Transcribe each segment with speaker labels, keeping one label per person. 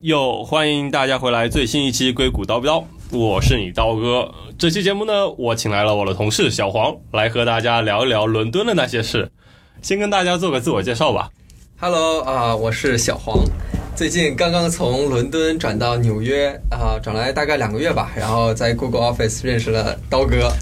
Speaker 1: 哟，欢迎大家回来，最新一期《硅谷叨不叨》，我是你刀哥。这期节目呢，我请来了我的同事小黄来和大家聊一聊伦敦的那些事。先跟大家做个自我介绍吧。
Speaker 2: Hello 啊、我是小黄，最近刚刚从伦敦转到纽约啊、转来大概两个月吧，然后在 Google Office 认识了刀哥。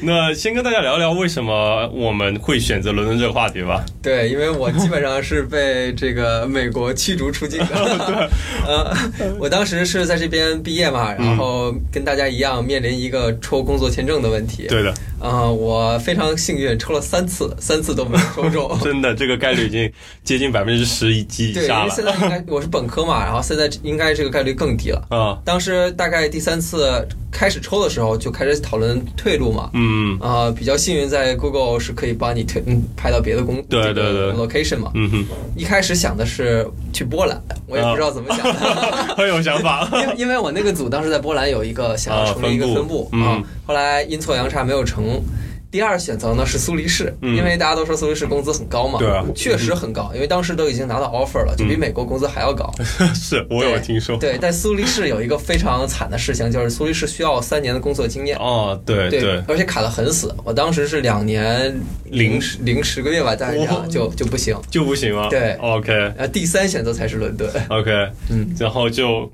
Speaker 1: 那先跟大家聊聊为什么我们会选择伦敦这个话题吧。
Speaker 2: 对，因为我基本上是被这个美国驱逐 出境的。呃，我当时是在这边毕业嘛，
Speaker 1: 嗯
Speaker 2: 然后跟大家一样面临一个抽工作签证的问题。
Speaker 1: 对的，。
Speaker 2: 啊、我非常幸运，抽了三次，三次都没有抽中
Speaker 1: 真的，这个概率已经接近百分之十以及以
Speaker 2: 对，因
Speaker 1: 下
Speaker 2: 为
Speaker 1: 了
Speaker 2: 现。在应该我是本科嘛，然后现在应该这个概率更低了。
Speaker 1: 啊，
Speaker 2: 当时大概第三次开始抽的时候，就开始讨论退路嘛。
Speaker 1: 嗯
Speaker 2: 啊、比较幸运，在 Google 是可以帮你推嗯派到别的工
Speaker 1: 对
Speaker 2: 这
Speaker 1: 对
Speaker 2: 个
Speaker 1: 对
Speaker 2: location 嘛。
Speaker 1: 嗯哼，
Speaker 2: 一开始想的是去波兰，
Speaker 1: 嗯
Speaker 2: 我也不知道怎么想 的，
Speaker 1: 很有想法。
Speaker 2: 因为因为我那个组当时在波兰有一个想要成立一个
Speaker 1: 啊分
Speaker 2: 分
Speaker 1: 部
Speaker 2: 部
Speaker 1: 嗯
Speaker 2: 啊，后来阴错阳差没有成。第二选择呢是苏黎世，
Speaker 1: 嗯
Speaker 2: 因为大家都说苏黎世工资很高嘛，
Speaker 1: 对啊嗯
Speaker 2: 确实很高，因为当时都已经拿到 offer 了，就比美国工资还要高。
Speaker 1: 是我有
Speaker 2: 对
Speaker 1: 听说。
Speaker 2: 对，但苏黎世有一个非常惨的事情，就是苏黎世需要三年的工作经验。
Speaker 1: 哦，对对，
Speaker 2: 而且卡得很死。我当时是两年
Speaker 1: 零
Speaker 2: 十零十个月吧，大
Speaker 1: 哇
Speaker 2: 概就就不行。
Speaker 1: 就不行吗？
Speaker 2: 对
Speaker 1: ，OK
Speaker 2: 然后第三选择才是 伦敦，
Speaker 1: OK，
Speaker 2: 嗯，
Speaker 1: 然后就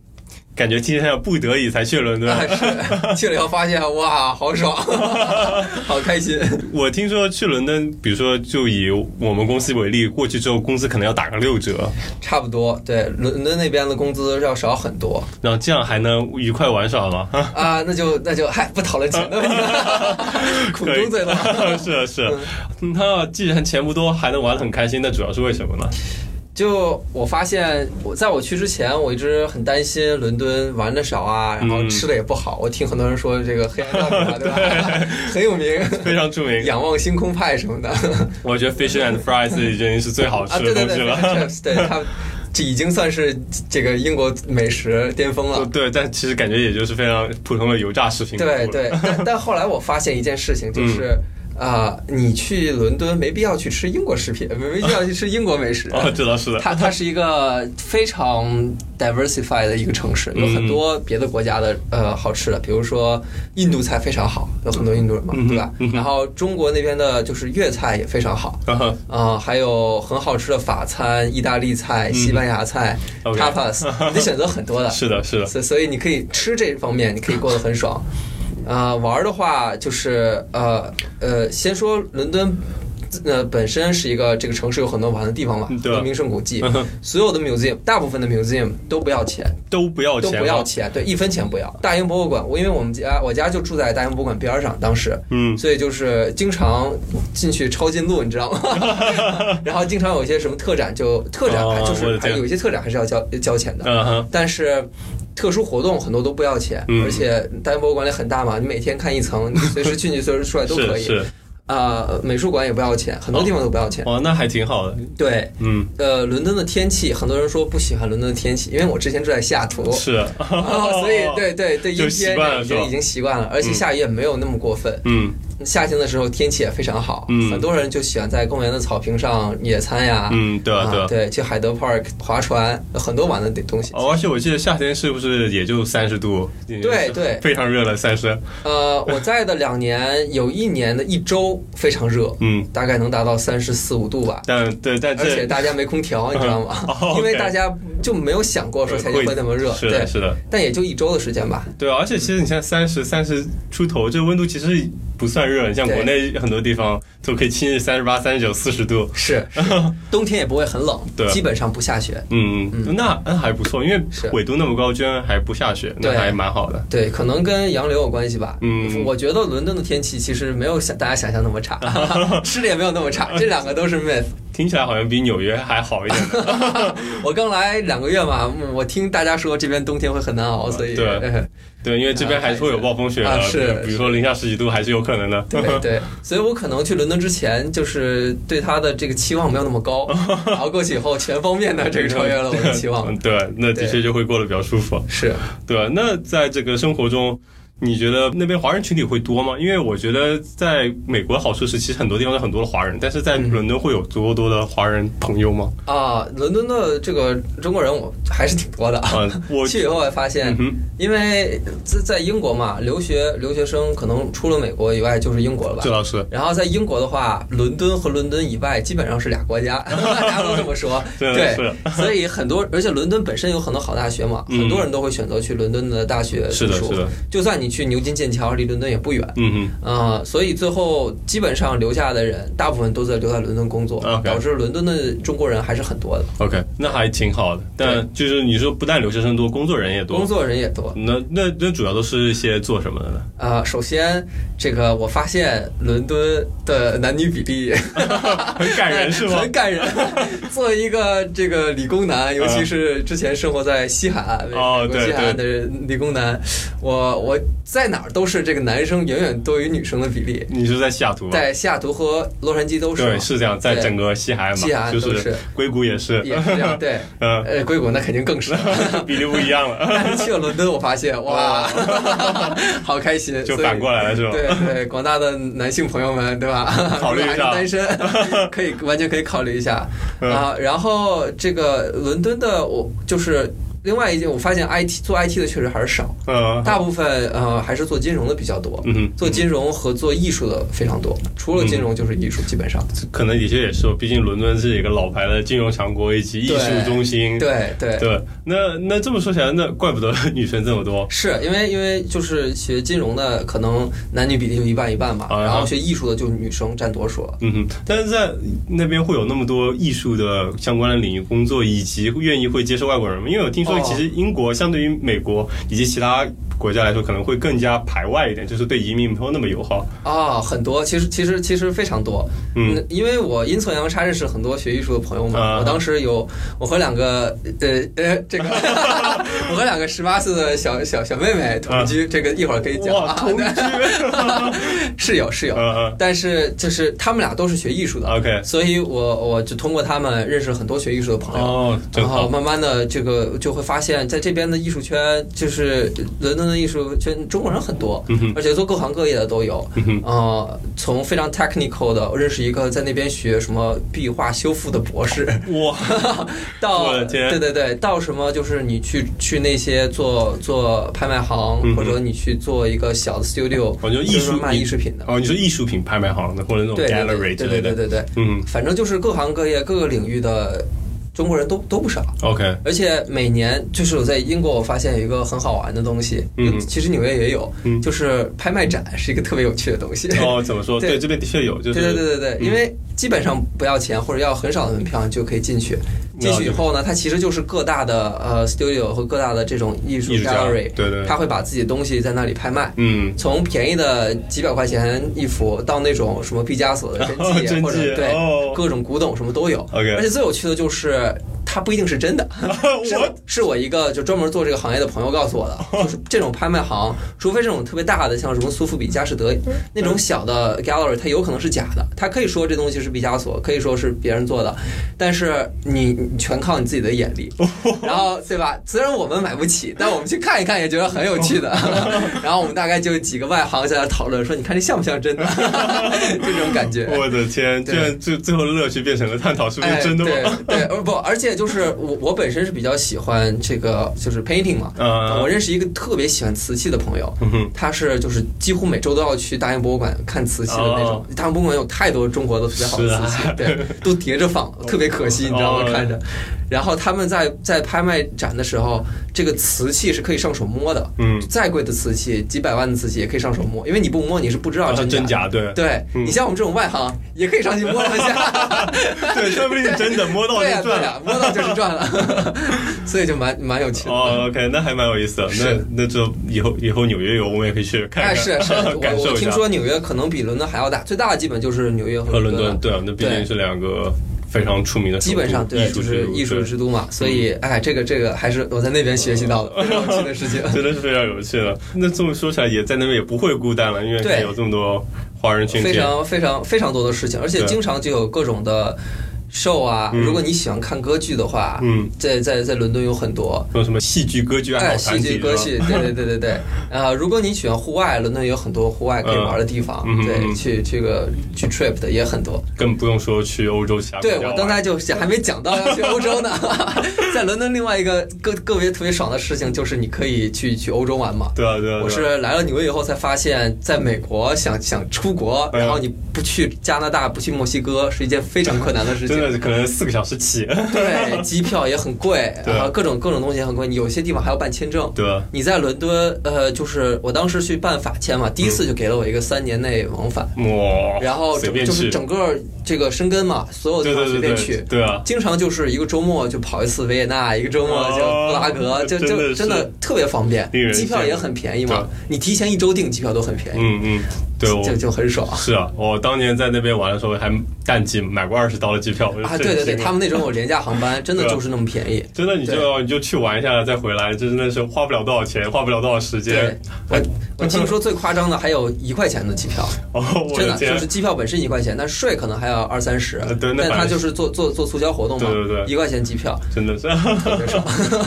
Speaker 1: 感觉今天不得已才去伦敦。
Speaker 2: 但是去了以后发现哇，好爽， 好开心。
Speaker 1: 我听说去伦敦，比如说就以我们公司为例，过去之后工资可能要打个六折，
Speaker 2: 差不多，对，伦敦那边的工资要少很多
Speaker 1: 然后这样还能愉快玩耍吗？
Speaker 2: 啊，那就那就嗨，不讨论钱的问 题了， 苦中最乐。
Speaker 1: 是啊是，
Speaker 2: 嗯
Speaker 1: 那既然钱不多，还能玩得很开心，那主要是为什 么呢？
Speaker 2: 就我发现，我在我去之前，我一直很担心伦敦玩的少啊，然后
Speaker 1: 嗯
Speaker 2: 吃的也不好。我听很多人说这个黑暗料理嘛，对吧？很有名，
Speaker 1: 非常著名，
Speaker 2: 仰望星空派什 么的啊，
Speaker 1: 我觉得 fish and fries 已经是最好吃
Speaker 2: 对
Speaker 1: 的
Speaker 2: 啊
Speaker 1: 东
Speaker 2: 对对
Speaker 1: 西了。
Speaker 2: ，chips，对它这已经算是这个英国美食巅峰了。
Speaker 1: 对，但其实感觉也就是非常普通的油炸食品。
Speaker 2: 对，对，但但后来我发现一件事情，就是啊、你去伦敦没必要去吃英国食品，没必要去吃英国美食。
Speaker 1: 哦，知道是的，
Speaker 2: 它它是一个非常 diversified 的一个城市，有
Speaker 1: 嗯
Speaker 2: 很多别的国家的呃好吃的，比如说印度菜非常好，有很多印度人嘛，
Speaker 1: 嗯哼
Speaker 2: 对吧
Speaker 1: 嗯？哼
Speaker 2: 然后中国那边的就是粤菜也非常好。啊、还有很好吃的法餐、意大利菜、西班牙菜、
Speaker 1: 嗯 OK
Speaker 2: tapas，你的选择很 多 的。
Speaker 1: 是的，是的。
Speaker 2: 所所以你可以吃这方面，你可以过得很爽。啊，玩儿的话就是呃呃，先说伦敦。呃，本身是一个这个城市有很多玩的地方嘛，
Speaker 1: 嗯
Speaker 2: 很
Speaker 1: 对啊
Speaker 2: 多名胜古迹
Speaker 1: 嗯哼，
Speaker 2: 所有的 museum，大部分的 museum 都不要钱，
Speaker 1: 都不要
Speaker 2: 都
Speaker 1: 钱，啊
Speaker 2: 不要。钱，对，一分钱不要。大英博物馆，我因为我们家我家就住在大英博物馆边儿上，当时，
Speaker 1: 嗯
Speaker 2: 所以就是经常进去抄近路，你知 道吗？然后经常有一些什么特展就，特展还
Speaker 1: 哦
Speaker 2: 就
Speaker 1: 我
Speaker 2: 是
Speaker 1: 的
Speaker 2: 还
Speaker 1: 天
Speaker 2: 有一些特展还是要交交钱的，
Speaker 1: 嗯哼，
Speaker 2: 但是特殊活动很多都不要钱，
Speaker 1: 嗯
Speaker 2: 而且大英博物馆里很大嘛，你每天看一层，你 随时进去随时出来都可
Speaker 1: 是
Speaker 2: 以。
Speaker 1: 是，
Speaker 2: 啊、美术馆也不要钱，很多地方都不要钱。
Speaker 1: 哦，那还挺好的。
Speaker 2: 对，
Speaker 1: 嗯，
Speaker 2: 呃，伦敦的天气，很多人说不喜欢伦敦的天气，因为我之前住在西雅图。
Speaker 1: 是。啊
Speaker 2: 哦，所以对对对，
Speaker 1: 就
Speaker 2: 阴
Speaker 1: 习
Speaker 2: 天
Speaker 1: 惯了
Speaker 2: 已
Speaker 1: 是吧
Speaker 2: 经已经习惯了，而且下雨也没有那么过分。
Speaker 1: 嗯
Speaker 2: 夏天的时候天气也非常好，
Speaker 1: 嗯
Speaker 2: 很多人就喜欢在公园的草坪上野餐呀，
Speaker 1: 嗯，对啊对
Speaker 2: 啊
Speaker 1: 啊。
Speaker 2: 对，去海德 park 划船，很多玩的东西。
Speaker 1: 哦，而且我记得夏天是不是也就三十度？
Speaker 2: 对对
Speaker 1: 非常热了，三十。
Speaker 2: 呃，我在的两年，有一年的一周非常热，
Speaker 1: 嗯，
Speaker 2: 大概能达到三十四五度吧。
Speaker 1: 但对，但
Speaker 2: 而且
Speaker 1: 这
Speaker 2: 大家没空调，你知道 吗？
Speaker 1: 哦，OK
Speaker 2: 因为大家就没有想过说夏天会那么热，
Speaker 1: 是
Speaker 2: 对
Speaker 1: 的，，是的，
Speaker 2: 但也就一周的时 间吧。
Speaker 1: 对啊。而且其实你像三十三十出头，这温度其实不算热，你像
Speaker 2: 对
Speaker 1: 国内很多地方都可以亲日三十八、三十九、四十度。
Speaker 2: 是，是冬天也不会很冷
Speaker 1: 对，
Speaker 2: 基本上不下雪。
Speaker 1: 嗯，那那还不错，因为
Speaker 2: 是
Speaker 1: 纬度那么高，居然还不下雪，那
Speaker 2: 对
Speaker 1: 还蛮好的。
Speaker 2: 对，可能跟洋流有关系吧。
Speaker 1: 嗯
Speaker 2: 我觉得伦敦的天气其实没有想大家想象那么差， 吃的也没有那么 差，这两个都是 myth。
Speaker 1: 听起来好像比纽约还好一点。
Speaker 2: 我刚来两个月嘛，嗯我听大家说这边冬天会很难熬，所以
Speaker 1: 啊对
Speaker 2: 呃
Speaker 1: 对，因为这边还是会有暴风雪的，
Speaker 2: 啊是
Speaker 1: 比如说零下十几度还是有可能的。
Speaker 2: 对对，所以我可能去伦敦之前，就是对它的这个期望没有那么 高，然后过去以后全方面的这个超越了我 的期望。
Speaker 1: 嗯对，那的确就会过得比较舒服。
Speaker 2: 是，
Speaker 1: 对，那在这个生活中，你觉得那边华人群体会多吗？因为我觉得在美国的好处是，其实很多地方有很多的华人，但是
Speaker 2: 嗯
Speaker 1: 在伦敦会有足够多的华人朋友吗？
Speaker 2: 啊，伦敦的这个中国人我还是挺多的。
Speaker 1: 啊，我
Speaker 2: 去以后我发现
Speaker 1: 嗯，哼，
Speaker 2: 因为在在英国嘛，留学留学生可能除了美国以外就是英国了吧
Speaker 1: 这？倒是，
Speaker 2: 然后在英国的话，伦敦和伦敦以外基本上是俩 国家，大家都这么说。
Speaker 1: 这
Speaker 2: 对
Speaker 1: 是
Speaker 2: 所以很多，而且伦敦本身有很多好大学嘛，
Speaker 1: 嗯
Speaker 2: 很多人都会选择去伦敦的大学
Speaker 1: 是
Speaker 2: 读
Speaker 1: 的，
Speaker 2: 书
Speaker 1: 是。的，
Speaker 2: 就算你去牛津、剑桥，离伦敦也不远
Speaker 1: 嗯
Speaker 2: 啊、所以最后基本上留下的人，大部分都在留在伦敦工作
Speaker 1: OK
Speaker 2: 导致伦敦的中国人还是很多的，
Speaker 1: 哼，OK，那还挺好的。但就是你说不但留学生多，工作人也
Speaker 2: 工
Speaker 1: 多，
Speaker 2: 作人也多。
Speaker 1: 那那那主要都是一些做什么的呢？
Speaker 2: 啊。首先这个我发现伦敦的男女比例
Speaker 1: 很感人是吗
Speaker 2: 很？感人。 作为一个这个理工男，尤其是之前生活在西海岸，
Speaker 1: 嗯哦
Speaker 2: 美国西
Speaker 1: 对
Speaker 2: 海岸的理工男，我我在哪儿都是这个男生远远多于女生的比例，
Speaker 1: 你是在西雅图吧？
Speaker 2: 在西雅图和洛杉矶都是
Speaker 1: 对，
Speaker 2: 嘛，
Speaker 1: 是这样，在
Speaker 2: 对
Speaker 1: 整个西海岸
Speaker 2: 西海
Speaker 1: 嘛，
Speaker 2: 岸
Speaker 1: 就
Speaker 2: 都是
Speaker 1: 是硅谷也是，
Speaker 2: 也是这 样。对，
Speaker 1: 嗯，
Speaker 2: 呃，硅谷那肯定更 是。
Speaker 1: 比例不一样 了，
Speaker 2: 但是去了伦敦，我发现哇，好开心，
Speaker 1: 就
Speaker 2: 所以
Speaker 1: 反过来了是吧？
Speaker 2: 对对，广大的男性朋友们，对吧？
Speaker 1: 考虑一下
Speaker 2: 还是单身 可以完全可以考虑 一下
Speaker 1: 嗯
Speaker 2: 啊。然后这个伦敦的，我就是另外一件，我发现 IT 做 IT 的确实还是少，
Speaker 1: 嗯
Speaker 2: 大部分呃还是做金融的比较多，
Speaker 1: 嗯哼，
Speaker 2: 做金融和做艺术的非常多，除了金融就是艺术，基本上。
Speaker 1: 可能的确也是，毕竟伦敦是一个老牌的金融强国以及艺术中心。
Speaker 2: 对对。
Speaker 1: 对，那那这么说起来，那怪不得 女生这么多。
Speaker 2: 是因为因为就是学金融的，可能男女比例就一半一半吧，
Speaker 1: 啊
Speaker 2: 然后学艺术的就女生占多数了。
Speaker 1: 嗯哼，但是在那边会有那么多艺术的相关的领域工作，以及愿意会接受外国人吗？因为我听说，
Speaker 2: 哦
Speaker 1: 其实英国相对于美国以及其他国家来说，可能会更加排外一点，就是对移民没有那么友好。
Speaker 2: 啊、很多，其实其实其实非常多。
Speaker 1: 嗯，
Speaker 2: 因为我阴错阳差认识很多学艺术的朋友嘛，
Speaker 1: 啊
Speaker 2: 我当时有我和两个呃呃 这个，我和两个十八岁的小小小妹妹同居，这个一会儿可以讲
Speaker 1: 啊哇，
Speaker 2: 啊，
Speaker 1: 同居，
Speaker 2: 是有是有，
Speaker 1: 嗯
Speaker 2: 但是就是他们俩都是学艺术
Speaker 1: 嗯
Speaker 2: 的，
Speaker 1: ，OK，
Speaker 2: 所以我我就通过他们认识了很多学艺术的朋友。
Speaker 1: 哦，真
Speaker 2: 然后
Speaker 1: 好，
Speaker 2: 慢慢的，这个就会发现，在这边的艺术圈，就是伦敦的艺术圈，中国人很多，
Speaker 1: 嗯哼，
Speaker 2: 而且做各行各业的都有。
Speaker 1: 嗯哼，
Speaker 2: 呃，从非常 technical 的，我认识一个在那边学什么壁画修复的博士，
Speaker 1: 哇，
Speaker 2: 到
Speaker 1: 我的天
Speaker 2: 对对对，到什么就是你去去那些做做拍卖行，
Speaker 1: 嗯哼
Speaker 2: 或者你去做一个小的 studio，
Speaker 1: 我觉哦得艺术
Speaker 2: 就是卖艺术品的，
Speaker 1: 哦，你说艺术品拍卖行的，或者那种
Speaker 2: 对
Speaker 1: gallery
Speaker 2: 对对
Speaker 1: 之
Speaker 2: 对
Speaker 1: 类
Speaker 2: 对对
Speaker 1: 的，
Speaker 2: 对对，
Speaker 1: 嗯
Speaker 2: 反正就是各行各业各个领域的中国人都都不少。
Speaker 1: ，OK，
Speaker 2: 而且每年就是我在英国，我发现有一个很好玩的东西，
Speaker 1: 嗯
Speaker 2: 其实纽约也有，
Speaker 1: 嗯
Speaker 2: 就是拍卖展是一个特别有趣的东西。
Speaker 1: 哦，怎么说？
Speaker 2: 对
Speaker 1: 对，这边的确有， 就是
Speaker 2: 对对对对对，
Speaker 1: 嗯
Speaker 2: 因为基本上不要钱或者要很少的门票就可以进去。进去以后呢，它其实就是各大的呃 studio 和各大的这种艺术
Speaker 1: 艺术家，对
Speaker 2: gallery，
Speaker 1: 对对，
Speaker 2: 它会把自己的东西在那里拍卖。
Speaker 1: 嗯，
Speaker 2: 从便宜的几百块钱一幅，到那种什么毕加索的 真迹，
Speaker 1: 真迹
Speaker 2: 或者对、
Speaker 1: 哦
Speaker 2: 各种古董什么都有。
Speaker 1: OK
Speaker 2: 而且最有趣的就是，它不一定是真的， 是
Speaker 1: 嗯我
Speaker 2: 是我一个就专门做这个行业的朋友告诉我的，就是这种拍卖行，除非这种特别大的，像什么苏富比、佳士得那种小的 gallery，它有可能是假的，它可以说这东西是毕加索，可以说是别人做的，但是你你全靠你自己的眼力，然后对吧？虽然我们买不起，但我们去看一看也觉得很有趣的。 然后我们大概就几个外行在那讨论说，你看这像不像真的？ 这种感觉。
Speaker 1: 我的天，居
Speaker 2: 对
Speaker 1: 然最最后乐趣变成了探讨是不是真的 吗？
Speaker 2: 哎、对对，而不，而且就是我我本身是比较喜欢这个就是 painting 嘛，
Speaker 1: 呃
Speaker 2: 我，认识一个特别喜欢瓷器的朋友，
Speaker 1: 嗯哼，
Speaker 2: 他是就是几乎每周都要去大英博物馆看瓷器的那种
Speaker 1: 哦。
Speaker 2: 大英博物馆有太多中国的特别好的瓷器，
Speaker 1: 是啊
Speaker 2: 对，都叠着放，特别可惜，你知道吗？
Speaker 1: 哦
Speaker 2: 看着。然后他们在在拍卖展的时候，这个瓷器是可以上手摸的，
Speaker 1: 嗯，
Speaker 2: 再贵的瓷器，几百万的瓷器也可以上手摸，因为你不摸你是不知道
Speaker 1: 啊
Speaker 2: 真
Speaker 1: 真
Speaker 2: 假的。
Speaker 1: 假，对
Speaker 2: 对
Speaker 1: 嗯
Speaker 2: 你像我们这种外行，也可以上去摸 两下，
Speaker 1: 对，说不定是真的摸到
Speaker 2: 对呀
Speaker 1: 就
Speaker 2: 对
Speaker 1: 赚
Speaker 2: 呀
Speaker 1: 了。，
Speaker 2: 摸到就是赚了， 所以就蛮蛮有趣的。
Speaker 1: 哦，OK，那还蛮有意思的。
Speaker 2: 是
Speaker 1: 那那就以后以后纽约有，我们也可以去看
Speaker 2: 哎，
Speaker 1: 看，
Speaker 2: 是是，
Speaker 1: 感
Speaker 2: 我
Speaker 1: 受
Speaker 2: 我
Speaker 1: 一
Speaker 2: 听
Speaker 1: 下。
Speaker 2: 说纽约可能比伦敦还要大，最大的基本就是纽约
Speaker 1: 和
Speaker 2: 和
Speaker 1: 伦
Speaker 2: 伦
Speaker 1: 敦，
Speaker 2: 敦，
Speaker 1: 对啊，那毕竟
Speaker 2: 对
Speaker 1: 是两个非常出名的首都，
Speaker 2: 基本上对，
Speaker 1: 艺术
Speaker 2: 就
Speaker 1: 之
Speaker 2: 是
Speaker 1: 都
Speaker 2: 艺术
Speaker 1: 对嗯
Speaker 2: 之都嘛。所以，哎，这个这个还是我在那边学习到的非常有趣的事情。
Speaker 1: 真的是非常有趣了。那这么说起来，也在那边也不会孤单了，因为
Speaker 2: 对
Speaker 1: 有这么多华人群
Speaker 2: 非
Speaker 1: 体。
Speaker 2: 常非常非常多的事情，而且
Speaker 1: 对
Speaker 2: 经常就有各种的。 show 啊。
Speaker 1: 嗯
Speaker 2: 如果你喜欢看歌剧的话，
Speaker 1: 嗯，
Speaker 2: 在在在伦敦有很多。
Speaker 1: 有什么戏剧、歌剧爱
Speaker 2: 哎，
Speaker 1: 好
Speaker 2: 戏
Speaker 1: 团体
Speaker 2: 剧、歌
Speaker 1: 是吧
Speaker 2: 剧，对对对对对。呃，如果你喜欢户外，伦敦有很多户外可以玩的地方，
Speaker 1: 嗯嗯嗯
Speaker 2: 对，去去个去 trip 的也很多。
Speaker 1: 更不用说去欧洲其他国
Speaker 2: 对
Speaker 1: 家玩。
Speaker 2: 我刚才就是还没讲到要去欧洲呢， 在伦敦另外一个个个别特别爽的事情就是你可以去去欧洲玩嘛。
Speaker 1: 对啊对啊，对啊
Speaker 2: 我是来了纽约以后才发现，在美国想想出国，
Speaker 1: 嗯
Speaker 2: 然后你不去加拿大、不去墨西哥是一件非常困难的事
Speaker 1: 真
Speaker 2: 情。
Speaker 1: 的是可能四个小时起，
Speaker 2: 对，机票也很贵，
Speaker 1: 对
Speaker 2: 然后各种各种东西也很贵，你有些地方还要办签证。
Speaker 1: 对啊，
Speaker 2: 你在伦敦，呃，就是我当时去办法签嘛，第一次就给了我一个三年内往返，
Speaker 1: 嗯哇，
Speaker 2: 然后
Speaker 1: 随
Speaker 2: 整
Speaker 1: 便
Speaker 2: 就是
Speaker 1: 去，
Speaker 2: 整个这个申根嘛，所有地
Speaker 1: 对
Speaker 2: 方
Speaker 1: 对对
Speaker 2: 随便
Speaker 1: 对
Speaker 2: 去。
Speaker 1: 对，对啊，
Speaker 2: 经常就是一个周末就跑一次维也纳，一个周末就布拉格，
Speaker 1: 哦
Speaker 2: 就
Speaker 1: 真的
Speaker 2: 就是真的特别方便
Speaker 1: 令人，
Speaker 2: 机票
Speaker 1: 羡慕
Speaker 2: 也很便宜嘛，你提前一周订机票都很便宜，
Speaker 1: 嗯嗯，对我
Speaker 2: 哎就。就很爽。
Speaker 1: 是啊，我当年在那边玩的时候还淡季买过二十刀的机票，我就
Speaker 2: 啊，
Speaker 1: 震
Speaker 2: 对对对，
Speaker 1: 惊了
Speaker 2: 他们那种有廉价航班，真的
Speaker 1: 对啊
Speaker 2: 就是那么便宜。
Speaker 1: 真的你就
Speaker 2: 对
Speaker 1: 要你就去玩一下再回来，这真的是花不了多少钱，花不了多少时
Speaker 2: 对
Speaker 1: 间。，
Speaker 2: 我我听说最夸张的还有一块钱的机票，
Speaker 1: 哦，我
Speaker 2: 真
Speaker 1: 的
Speaker 2: 的
Speaker 1: 天
Speaker 2: 就，是机票本身一块钱，但税可能还要二三十
Speaker 1: 呃。对那
Speaker 2: 但
Speaker 1: 反
Speaker 2: 他
Speaker 1: 正
Speaker 2: 就是做做做促销活动嘛，
Speaker 1: 对对对
Speaker 2: 一块钱机票
Speaker 1: 真 的是，
Speaker 2: 特别爽。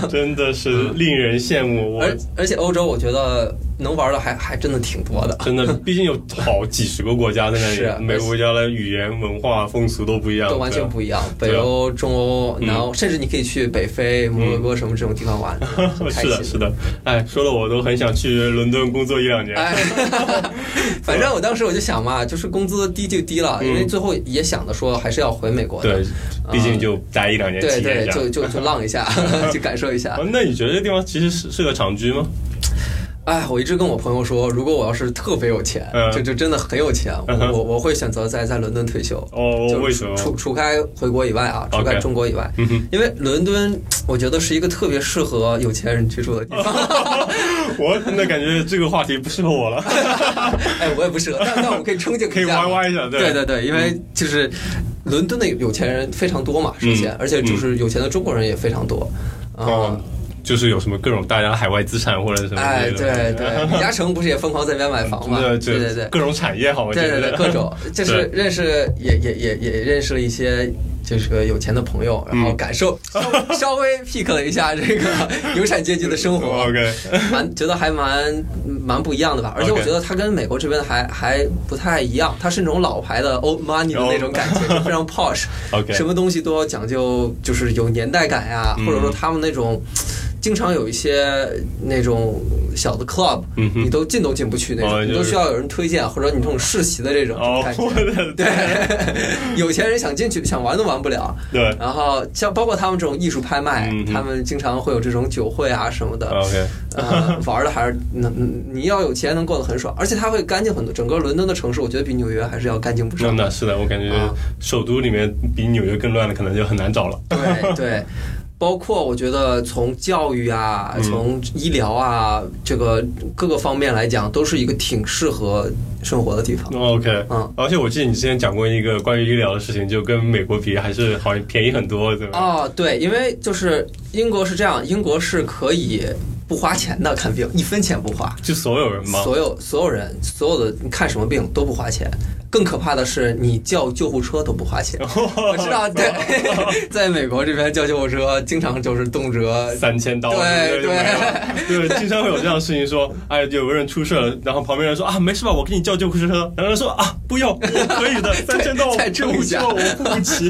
Speaker 1: 真的是令人羡慕。我
Speaker 2: 而而且欧洲我觉得能玩的还还真的挺多的，
Speaker 1: 真的，毕竟有好几十个国家在
Speaker 2: 是
Speaker 1: 那
Speaker 2: 啊
Speaker 1: 里，每个国家的语言、文化、风俗都不一样，
Speaker 2: 都完全
Speaker 1: 对
Speaker 2: 不一样。
Speaker 1: 对啊
Speaker 2: 北欧、中欧，
Speaker 1: 嗯
Speaker 2: 南欧，甚至你可以去北非、摩洛哥什么这种地方 玩，很开
Speaker 1: 是的，
Speaker 2: 心。
Speaker 1: 是的，哎，说的我都很想去伦敦工作一两年。
Speaker 2: 哎， 反正我当时我就想嘛，就是工资低就低了，因
Speaker 1: 嗯
Speaker 2: 为最后也想着说还是要回美国的
Speaker 1: 对，， 毕竟就待一两年
Speaker 2: 嗯对
Speaker 1: 体验
Speaker 2: 对
Speaker 1: 一，下。
Speaker 2: 就就就浪 一下，去感受一下。
Speaker 1: 哦那你觉得这地方其实是适合长居吗？
Speaker 2: 哎，我一直跟我朋友说，如果我要是特别有钱，
Speaker 1: 嗯
Speaker 2: 就就真的很有钱，
Speaker 1: 嗯哼
Speaker 2: 我我我会选择在在伦敦退休。
Speaker 1: 哦，
Speaker 2: 就是
Speaker 1: 为什么？
Speaker 2: 除除开回国以外啊，除开
Speaker 1: OK
Speaker 2: 中国以外
Speaker 1: 嗯哼
Speaker 2: 因为伦敦，我觉得是一个特别适合有钱人居住的地方。
Speaker 1: 嗯我那感觉这个话题不适合我了。
Speaker 2: 哎，我也不适合，但但我们可以憧憬
Speaker 1: 可以
Speaker 2: 下嘛
Speaker 1: 歪歪一下对嗯
Speaker 2: 对对对，因为就是伦敦的有钱人非常多嘛，首先，
Speaker 1: 嗯
Speaker 2: 而且就是有钱的中国人也非常多。 啊、
Speaker 1: 哦，就是有什么各种大家海外资产或者什么
Speaker 2: 哎，
Speaker 1: 之类的
Speaker 2: 对对，李嘉诚不是也疯狂在那边买房 嘛？
Speaker 1: 对
Speaker 2: 对
Speaker 1: 对
Speaker 2: 对对。
Speaker 1: 各种产业好，我觉
Speaker 2: 对对
Speaker 1: 得
Speaker 2: 对，各 种就是
Speaker 1: 对
Speaker 2: 认识也也也也认识了一些就是个有钱的朋友，然后
Speaker 1: 嗯
Speaker 2: 感受稍 微稍微 pick 了一下这个 有产阶级的生活，
Speaker 1: OK，
Speaker 2: 蛮觉得还蛮蛮不一样的吧。而且
Speaker 1: OK
Speaker 2: 我觉得它跟美国这边的还还不太一样，它是那种老牌的 old money 的那种感觉，就非常 posh，
Speaker 1: 哦 OK
Speaker 2: 什么东西都要讲究，就是有年代感呀，
Speaker 1: 嗯
Speaker 2: 或者说他们那种。经常有一些那种小的 club，、
Speaker 1: 嗯哼
Speaker 2: 你都进都进不去那种，
Speaker 1: 哦
Speaker 2: 你
Speaker 1: 就
Speaker 2: 都
Speaker 1: 是
Speaker 2: 需要有人推荐，或者你这种世袭的这种
Speaker 1: 哦
Speaker 2: 感，觉。
Speaker 1: 我的
Speaker 2: 对， 有钱人想进去，想玩都玩不了。
Speaker 1: 对
Speaker 2: 然后像包括他们这种艺术拍卖，
Speaker 1: 嗯嗯哦
Speaker 2: 他们经常会有这种酒会啊什么的。
Speaker 1: OK，
Speaker 2: 呃，玩的还是能，嗯你要有钱能过得很爽，而且它会干净很多。整个伦敦的城市，我觉得比纽约还是要干净不
Speaker 1: 那
Speaker 2: 少。
Speaker 1: 那是的，我感觉
Speaker 2: 啊
Speaker 1: 首都里面比纽约更乱的可能就很难找了。
Speaker 2: 对对，包括我觉得从教育啊，从医疗啊，这个各个方面来讲，都是一个挺适合生活的地方。
Speaker 1: OK，
Speaker 2: 嗯，
Speaker 1: 而且我记得你之前讲过一个关于医疗的事情，就跟美国比还是好像便宜很多，对吧？
Speaker 2: 哦，对，因为就是英国是这样，英国是可以不花钱的看病，一分钱不花。
Speaker 1: 就所有人嘛，
Speaker 2: 所有所有人所有的你看什么病都不花钱，更可怕的是你叫救护车都不花 钱。我知道，对， 在美国这边叫救护车经常就是动辄
Speaker 1: 三千刀，
Speaker 2: 对
Speaker 1: 对对，对，经常会有这样的事情说， 哎，有个人出事了，然后旁边人说啊，没事吧，我给你叫救护车，然后人说啊，不用，我可 以的，三千刀，
Speaker 2: 再
Speaker 1: 救
Speaker 2: 撑
Speaker 1: 护
Speaker 2: 一下
Speaker 1: 车我付不起，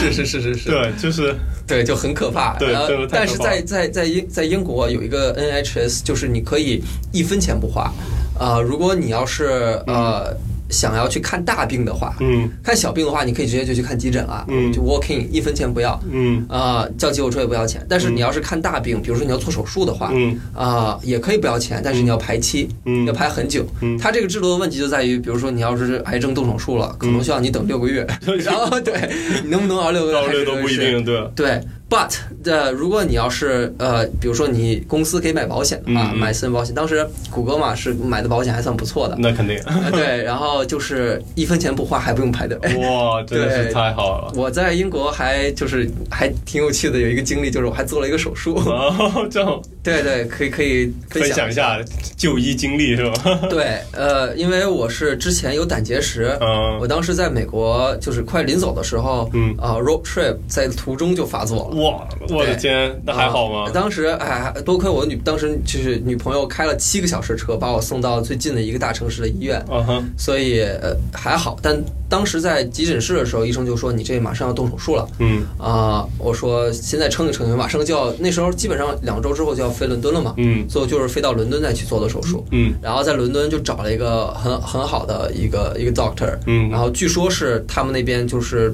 Speaker 2: 是是是是是，
Speaker 1: 对， 就是
Speaker 2: 对，就很可怕。
Speaker 1: 对
Speaker 2: 然后
Speaker 1: 真的太可怕
Speaker 2: 但是在在在英在英国有一个 NHS，就是你可以一分钱不花。呃，如果你要是呃想要去看大病的话，
Speaker 1: 嗯
Speaker 2: 看小病的话，你可以直接就去看急诊啊，
Speaker 1: 嗯
Speaker 2: 就 walking 一分钱不要。
Speaker 1: 嗯
Speaker 2: 呃，叫急救车也不要钱，但是你要是看大病，比如说你要做手术的话，
Speaker 1: 嗯
Speaker 2: 啊、也可以不要钱，但是你要排期，
Speaker 1: 嗯
Speaker 2: 要排很久。
Speaker 1: 嗯
Speaker 2: 它这个制度的问题就在于，比如说你要是癌症动手术了，可能需要你等六 个月，然后对你能不能熬六个月
Speaker 1: 到
Speaker 2: 还是
Speaker 1: 六都不一
Speaker 2: 这个
Speaker 1: 定，
Speaker 2: 事。
Speaker 1: 对，
Speaker 2: 对，but 呃，如果你要是呃，比如说你公司可以买保险的话，
Speaker 1: 嗯嗯
Speaker 2: 买私人保险，当时谷歌嘛是买的保险还算不错的，
Speaker 1: 那肯定，
Speaker 2: 呃对，然后就是一分钱不花，还不用 排队。
Speaker 1: 哇，真的是
Speaker 2: 对
Speaker 1: 太好 了。
Speaker 2: 我在英国还就是还挺有趣的，有一个经历就是我还做了一个手术，
Speaker 1: 哦，这样
Speaker 2: 对对，可以可以
Speaker 1: 分享一。下就医经历是吧？
Speaker 2: 对，呃，因为我是之前有胆结石，我
Speaker 1: 嗯，
Speaker 2: 当时在美国就是快临走的时候，
Speaker 1: 嗯
Speaker 2: 啊、r o a d trip 在途中就发作了。
Speaker 1: 哇，我的天，那还好
Speaker 2: 啊
Speaker 1: 吗？
Speaker 2: 当时哎，多亏我女当时就是女朋友开了七个小时车把我送到最近的一个大城市的医院，
Speaker 1: 嗯哼，
Speaker 2: 所以呃还好。但当时在急诊室的时候，医生就说你这马上要动手术了。
Speaker 1: 嗯
Speaker 2: 啊、我说现在撑一撑，马上就要那时候基本上两周之后就要飞伦敦了嘛，
Speaker 1: 嗯
Speaker 2: 所以我就是飞到伦敦再去做的手术，
Speaker 1: 嗯
Speaker 2: 然后在伦敦就找了一个很很好的一个一个 doctor，然
Speaker 1: 嗯，
Speaker 2: 后据说是他们那边就是。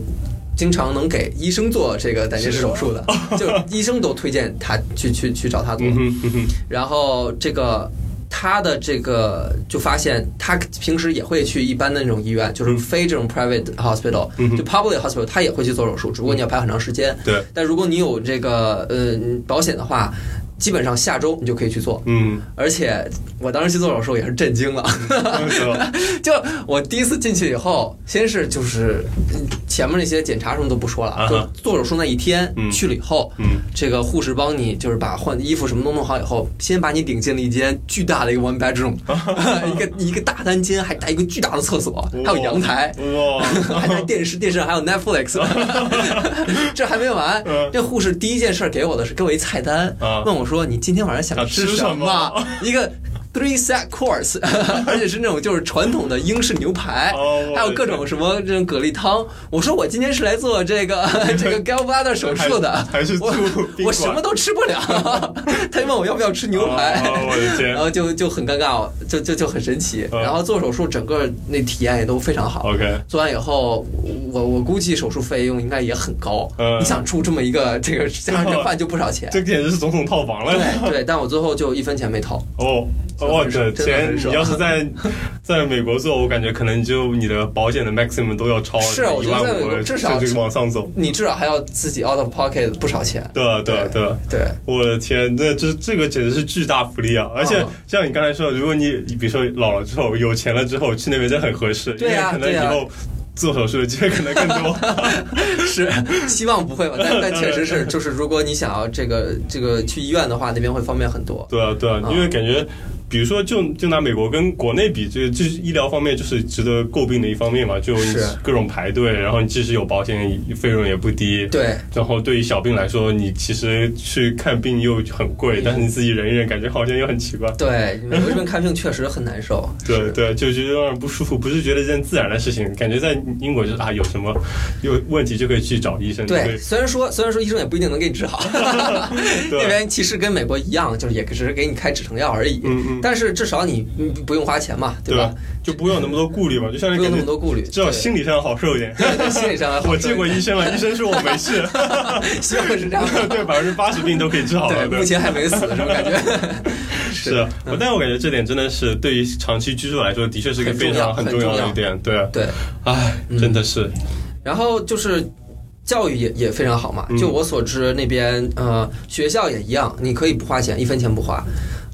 Speaker 2: 经常能给医生做这个胆结石手术的，就医生都推荐他去去去找他做
Speaker 1: 嗯。哼嗯哼，
Speaker 2: 然后这个他的这个就发现，他平时也会去一般的那种医院，就是非这种 private hospital，、
Speaker 1: 嗯哼
Speaker 2: 就 public hospital，他也会去做手术，只不过你要排很长时间。
Speaker 1: 对，
Speaker 2: 但如果你有这个呃保险的话，基本上下周你就可以去做。
Speaker 1: 嗯，
Speaker 2: 而且我当时去做手术也是震惊了，
Speaker 1: 嗯是吧？
Speaker 2: 就我第一次进去以后，先是就是嗯前面那些检查什么都不说了，
Speaker 1: 啊哈
Speaker 2: 就做手术那一天、
Speaker 1: 嗯
Speaker 2: 去了以后，
Speaker 1: 嗯
Speaker 2: 这个护士帮你就是把换衣服什么都弄好以后，先把你领进了一间巨大的一个 one bedroom，一个一个大单间，还带一个巨大的厕所，还有阳台。
Speaker 1: 哇，
Speaker 2: 还带电视，电视上还有 Netflix，这还没完
Speaker 1: 嗯。
Speaker 2: 这护士第一件事给我的是给我一菜单
Speaker 1: 啊，
Speaker 2: 问我说：“你今天晚上想
Speaker 1: 想
Speaker 2: 吃
Speaker 1: 吃什
Speaker 2: 什么
Speaker 1: 么？”
Speaker 2: 一个 three set course，而 且是那种就是传统的英式牛排
Speaker 1: 哦我，的
Speaker 2: 还有各种什么这种蛤蜊汤。我说我今天是来做 这个这个 gallbladder 手术的，
Speaker 1: 还是住
Speaker 2: 我
Speaker 1: 宾
Speaker 2: 我
Speaker 1: 馆
Speaker 2: 什么都吃不了。 他就问我要不要吃牛排，
Speaker 1: 哦我的天
Speaker 2: 然后就就很尴尬，就就就很神奇。
Speaker 1: 嗯
Speaker 2: 然后做手术整个那体验也都非常好。
Speaker 1: ，OK，
Speaker 2: 做完以后，我我估计手术费用应该也很高。
Speaker 1: 嗯
Speaker 2: 你想住这么一个这个加上这饭就不少钱。
Speaker 1: 这简直是总统套房了。
Speaker 2: 对对，但我最后就一分钱没掏。
Speaker 1: 哦，我的
Speaker 2: 真的
Speaker 1: 天！
Speaker 2: 很
Speaker 1: 你
Speaker 2: 爽
Speaker 1: 要是在 在美国做，我感觉可能就你的保险的 maximum 都要超
Speaker 2: 是我
Speaker 1: 一
Speaker 2: 觉得
Speaker 1: 万
Speaker 2: 在美国
Speaker 1: 五，
Speaker 2: 至少
Speaker 1: 甚至往上走。
Speaker 2: 你至少还要自己 out of pocket 不少钱。
Speaker 1: 对啊对啊对啊，
Speaker 2: 对，
Speaker 1: 我的天，那这这个简直是巨大福利啊！而且
Speaker 2: 嗯
Speaker 1: 像你刚才说的，如果你比如说老了之后有钱了之后去那边，真的很合适，因
Speaker 2: 对
Speaker 1: 为
Speaker 2: 啊
Speaker 1: 可能以后做手术的机会可能更 多。
Speaker 2: 是 希望不会吧？但但确实是，就是如果你想要这个这个去医院的话，那边会方便很多。
Speaker 1: 对啊，对啊，
Speaker 2: 嗯
Speaker 1: 因为感觉，比如说就就拿美国跟国内比，这就是医疗方面就是值得诟病的一方面嘛，就你
Speaker 2: 是
Speaker 1: 各种排队，然后你即使有保险，费用也不低。
Speaker 2: 对
Speaker 1: 然后对于小病来说，你其实去看病又很贵，
Speaker 2: 嗯
Speaker 1: 但是你自己忍一忍，感觉好像又很奇怪。
Speaker 2: 对，美国这边看病确实很难受。
Speaker 1: 对
Speaker 2: 是
Speaker 1: 对，就觉得让人不舒服，不是觉得一件自然的事情，感觉在英国就是啊，有什么有问题就可以去找医生。就可
Speaker 2: 对，
Speaker 1: 以
Speaker 2: 虽然说虽然说医生也不一定能给你治好，
Speaker 1: 对
Speaker 2: 那边其实跟美国一样，就是也只是给你开止疼药而已。
Speaker 1: 嗯嗯
Speaker 2: 但是至少你嗯不用花钱嘛，
Speaker 1: 对
Speaker 2: 吧
Speaker 1: 吧？？就不用有那么多顾虑嘛，就像
Speaker 2: 不
Speaker 1: 你
Speaker 2: 用那么
Speaker 1: 感觉
Speaker 2: 多顾虑，
Speaker 1: 至少
Speaker 2: 对
Speaker 1: 心理上好受一点。
Speaker 2: 对对 心理上还 好
Speaker 1: 我见过医生了，医生说我没 事，
Speaker 2: 希望是这样的。
Speaker 1: 对，百分之八十病都可以治好
Speaker 2: 对，
Speaker 1: 了。
Speaker 2: 目前嗯还没死，什么感觉？
Speaker 1: 是，我但我感觉这点真的是对于长期居住来说，的确是一个非常
Speaker 2: 很
Speaker 1: 很
Speaker 2: 重
Speaker 1: 重
Speaker 2: 要嗯
Speaker 1: 要的一点。对啊，
Speaker 2: 对，
Speaker 1: 唉，真的是，
Speaker 2: 然后就是。教育也也非常好嘛
Speaker 1: 嗯，
Speaker 2: 就我所知那边呃学校也一样，你可以不花钱，一分钱不花，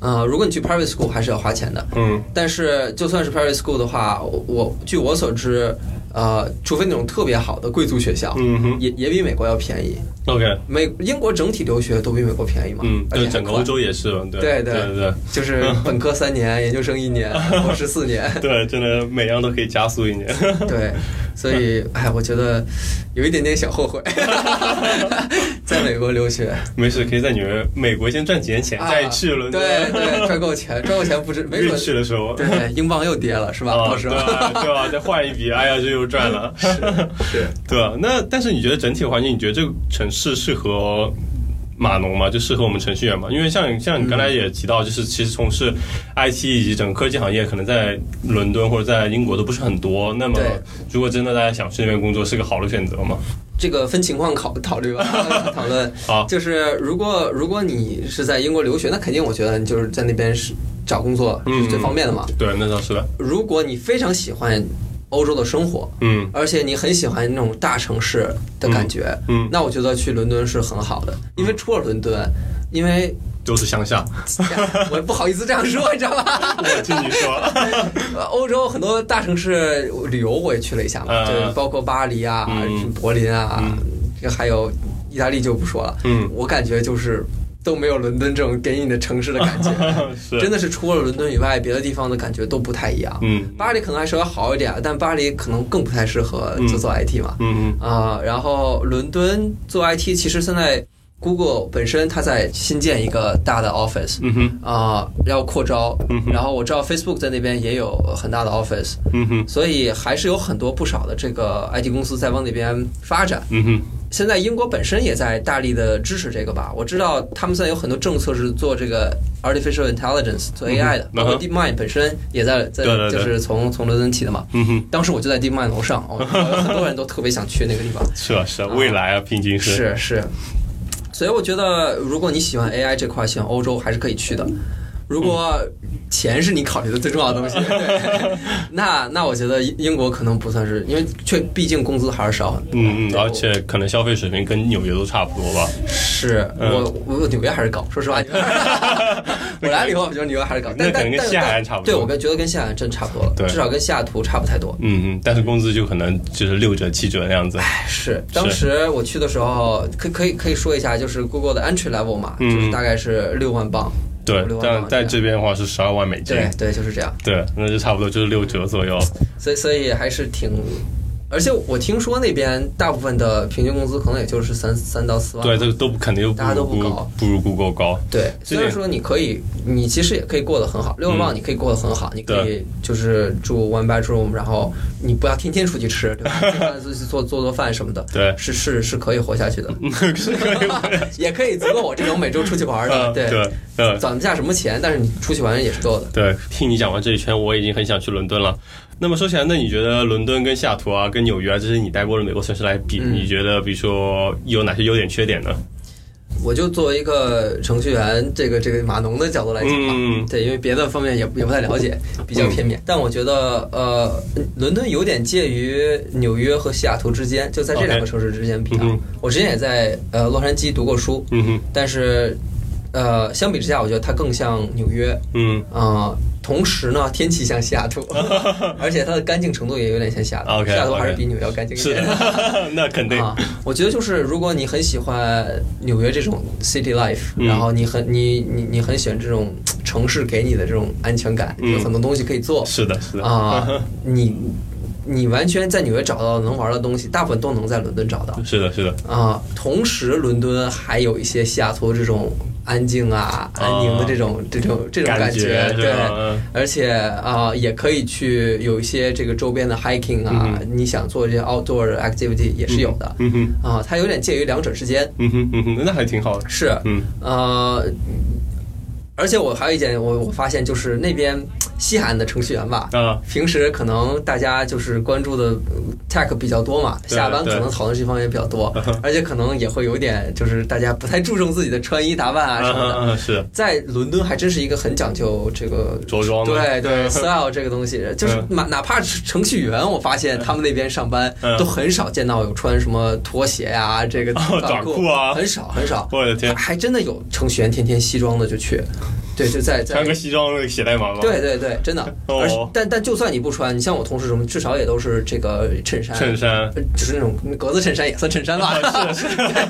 Speaker 2: 呃，如果你去 private school 还是要花钱的，
Speaker 1: 嗯
Speaker 2: 但是就算是 private school 的话，我我据我所知，呃，除非那种特别好的贵族学校，
Speaker 1: 嗯哼
Speaker 2: 也也比美国要便宜。
Speaker 1: ，OK，
Speaker 2: 美英国整体留学都比美国便宜嘛，
Speaker 1: 嗯，
Speaker 2: 而且
Speaker 1: 对，
Speaker 2: 还
Speaker 1: 整个
Speaker 2: 快
Speaker 1: 欧洲也是嘛，对
Speaker 2: 对
Speaker 1: 对
Speaker 2: 对
Speaker 1: 对
Speaker 2: 就是本科三年，研究生一年，博士 四年，
Speaker 1: 对，真的每样都可以加速一年。
Speaker 2: 对，所以哎，我觉得有一点点小 后悔，在美国留学，
Speaker 1: 没事，可以在纽约、美国先赚几年钱，
Speaker 2: 啊
Speaker 1: 再去伦敦。
Speaker 2: 对对，赚够钱，赚够钱不止，没
Speaker 1: 运气
Speaker 2: 准
Speaker 1: 的时候，
Speaker 2: 对，英镑又跌了是吧？
Speaker 1: 啊
Speaker 2: 到时
Speaker 1: 对
Speaker 2: 候
Speaker 1: 啊，对啊，再换一笔，哎呀，这又赚了。
Speaker 2: 是。
Speaker 1: 对啊，那但是你觉得整体环境，你觉得这个城市适合码农吗？就适合我们程序员吗？因为像你像你刚
Speaker 2: 嗯
Speaker 1: 才也提到，就是其实从事 IT 以及整个科技行业，可能在伦敦或者在英国都不是很多。那么
Speaker 2: 对
Speaker 1: 如果真的大家想去那边工作，是个好的选择吗？
Speaker 2: 这个分情况考考 虑吧，讨论。
Speaker 1: 好
Speaker 2: 就是如果如果你是在英国留学，那肯定我觉得你就是在那边是找工作
Speaker 1: 嗯
Speaker 2: 是最方便的嘛。
Speaker 1: 对，那倒是的。
Speaker 2: 如果你非常喜欢欧洲的生活，
Speaker 1: 嗯
Speaker 2: 而且你很喜欢那种大城市的感觉，
Speaker 1: 嗯，
Speaker 2: 那我觉得去伦敦是很好的，因为除了伦敦，因为 哎
Speaker 1: 都是乡下。
Speaker 2: 我不好意思这样说，你知道吧？
Speaker 1: 我听你说，
Speaker 2: 呃欧洲很多大城市旅游我也去了一下嘛，
Speaker 1: 嗯
Speaker 2: 就是包括巴黎啊、
Speaker 1: 嗯
Speaker 2: 柏林啊，这个还有意大利就不说了。
Speaker 1: 嗯
Speaker 2: 我感觉就是都没有伦敦这种给你的城市的 感觉，
Speaker 1: 是
Speaker 2: 真的是除了伦敦以外，别的地方的感觉都不太一样。
Speaker 1: 嗯
Speaker 2: 巴黎可能还稍微好一点，但巴黎可能更不太适合
Speaker 1: 嗯
Speaker 2: 就做 IT 嘛。
Speaker 1: 嗯嗯
Speaker 2: 啊、然后伦敦做 IT，其实现在 Google 本身它在新建一个大的 office
Speaker 1: 嗯哼
Speaker 2: 啊、要扩招
Speaker 1: 嗯。哼
Speaker 2: 然后我知道 Facebook 在那边也有很大的 office，
Speaker 1: 嗯哼
Speaker 2: 所以还是有很多不少的这个 IT 公司在往那边发展。
Speaker 1: 嗯哼
Speaker 2: 现在英国本身也在大力的支持这个吧，我知道他们现在有很多政策是做这个 artificial intelligence 做 AI 的
Speaker 1: 嗯，哼
Speaker 2: 包括
Speaker 1: 嗯哼
Speaker 2: DeepMind 本身也在在
Speaker 1: 对对对
Speaker 2: 就是从从伦敦起的嘛。
Speaker 1: 嗯哼，
Speaker 2: 当时我就在 DeepMind 楼上，我很多人都特别想去那个地方。
Speaker 1: 是啊是啊，未来啊，毕竟是
Speaker 2: 是是，所以我觉得如果你喜欢 AI 这块，喜欢欧洲还是可以去的。如果钱是你考虑的最重要 的东西，对那那我觉得英英国可能不算是，因为却毕竟工资还是少很多。
Speaker 1: 嗯嗯，
Speaker 2: 对
Speaker 1: 而且可能消费水平跟纽约都差不多吧。
Speaker 2: 是
Speaker 1: 嗯
Speaker 2: 我我纽约还是高，说 实话，我来了以后我觉得纽约还是高，但
Speaker 1: 那可能
Speaker 2: 但
Speaker 1: 跟
Speaker 2: 但
Speaker 1: 西海
Speaker 2: 但
Speaker 1: 岸差不多
Speaker 2: 对我跟觉得跟西海岸真差不多了，
Speaker 1: 对
Speaker 2: 至少跟西雅图差不太多。
Speaker 1: 嗯嗯，但是工资就可能就是六折七折那样子。
Speaker 2: 哎是，当时我去的时候，可可以可以说一下，就是 Google 的 entry level 嘛，
Speaker 1: 嗯
Speaker 2: 就是大概是六万镑，
Speaker 1: 对
Speaker 2: 五六，万
Speaker 1: 但
Speaker 2: 吧
Speaker 1: 在
Speaker 2: 这
Speaker 1: 这边的话是十二万美金。
Speaker 2: 啊对对，就是这样。
Speaker 1: 对，那就差不多就是六折左右。
Speaker 2: 所以所以还是挺，而且我听说那边大部分的平均工资可能也就是三三到四万。
Speaker 1: 对，这个都不肯定又不
Speaker 2: 大家都
Speaker 1: 如
Speaker 2: 不
Speaker 1: 不
Speaker 2: 搞
Speaker 1: 不如 Google 高。
Speaker 2: 对，
Speaker 1: 这
Speaker 2: 虽然
Speaker 1: 点
Speaker 2: 说你可以，你其实也可以过得很好，六万镑你可以过得很好，你可以就是住 one bedroom，然后你不要天天出去吃，对吧？经常自己做做做饭什么的，，
Speaker 1: 对
Speaker 2: 是是是可以活下去的，
Speaker 1: 是可以玩
Speaker 2: 也可以足够我这种每周出去玩
Speaker 1: 的。
Speaker 2: 的，对，
Speaker 1: 嗯对嗯对
Speaker 2: 攒不下什么钱，但是你出去玩也是够的。
Speaker 1: 对，听你讲完这一圈，我已经很想去伦敦了。那么说起来，那你觉得伦敦跟西雅图啊，跟纽约啊，这些你待过的美国城市来比，
Speaker 2: 嗯
Speaker 1: 你觉得比如说有哪些优点、缺点呢？
Speaker 2: 我就作为一个程序员，这个这个码农的角度来讲吧，
Speaker 1: 嗯
Speaker 2: 对，因为别的方面也也不太了解，比较片面。但我觉得，呃，伦敦有点介于纽约和西雅图之间，就在这两个
Speaker 1: OK
Speaker 2: 城市之间比啊。
Speaker 1: 嗯哼
Speaker 2: 我之前也在呃洛杉矶读过书，
Speaker 1: 嗯哼，
Speaker 2: 但是，呃，相比之下，我觉得它更像纽约，
Speaker 1: 嗯
Speaker 2: 啊、同时呢，天气像西 雅图，而且它的干净程度也有点像西雅图
Speaker 1: OK，
Speaker 2: 西雅图
Speaker 1: OK
Speaker 2: 还是比纽约要干净一
Speaker 1: 是
Speaker 2: 点。
Speaker 1: 的， 那肯定。
Speaker 2: 啊，我觉得就是如果你很喜欢纽约这种 city life，、
Speaker 1: 嗯
Speaker 2: 然后你很你你你很喜欢这种嘖城市给你的这种安全感，
Speaker 1: 嗯
Speaker 2: 有很多东西可以做
Speaker 1: 是的，是的。
Speaker 2: 啊、你你完全在纽约找到能玩的东西，大部分都能在伦敦找到
Speaker 1: 是的，是的，
Speaker 2: 啊、同时，伦敦还有一些西雅图这种安静啊、
Speaker 1: 啊
Speaker 2: 安宁的这种这种这种感
Speaker 1: 觉是
Speaker 2: 对。
Speaker 1: 吧？嗯
Speaker 2: 而且啊、也可以去有一些这个周边的 hiking 啊，你想做这些 outdoor activity 也是有的。
Speaker 1: 嗯哼，
Speaker 2: 啊，它有点介于两者之间。
Speaker 1: 嗯哼，嗯哼，那还挺好的。
Speaker 2: 是，
Speaker 1: 嗯
Speaker 2: 呃，而且我还有一点，我我发现就是那边西海岸的程序员吧。
Speaker 1: 啊，
Speaker 2: 平时可能大家就是关注的呃 tech 比较多嘛，
Speaker 1: 对
Speaker 2: 下班
Speaker 1: 对啊
Speaker 2: 可能讨论这方面比较多，而且可能也会有点就是大家不太注重自己的穿衣打扮啊什么的。
Speaker 1: 嗯嗯是
Speaker 2: 在伦敦还真是一个很讲究这个
Speaker 1: 着装的
Speaker 2: 对对 style 这个东西，就是哪哪怕是程序员，我发现他们那边上班
Speaker 1: 嗯
Speaker 2: 都很少见到有穿什么拖鞋呀、这个
Speaker 1: 哦短裤啊
Speaker 2: 很少很少，
Speaker 1: 我的天，
Speaker 2: 还真的有程序员天天西装的就去，对，就在在
Speaker 1: 穿。个西装写代码吗？
Speaker 2: 对对对，真的，
Speaker 1: 哦
Speaker 2: 而但但就算你不穿，你像我同事什么，至少也都是这个衬衫，
Speaker 1: 衬衫，啊
Speaker 2: 呃就是那种格子衬衫也算衬衫吧，是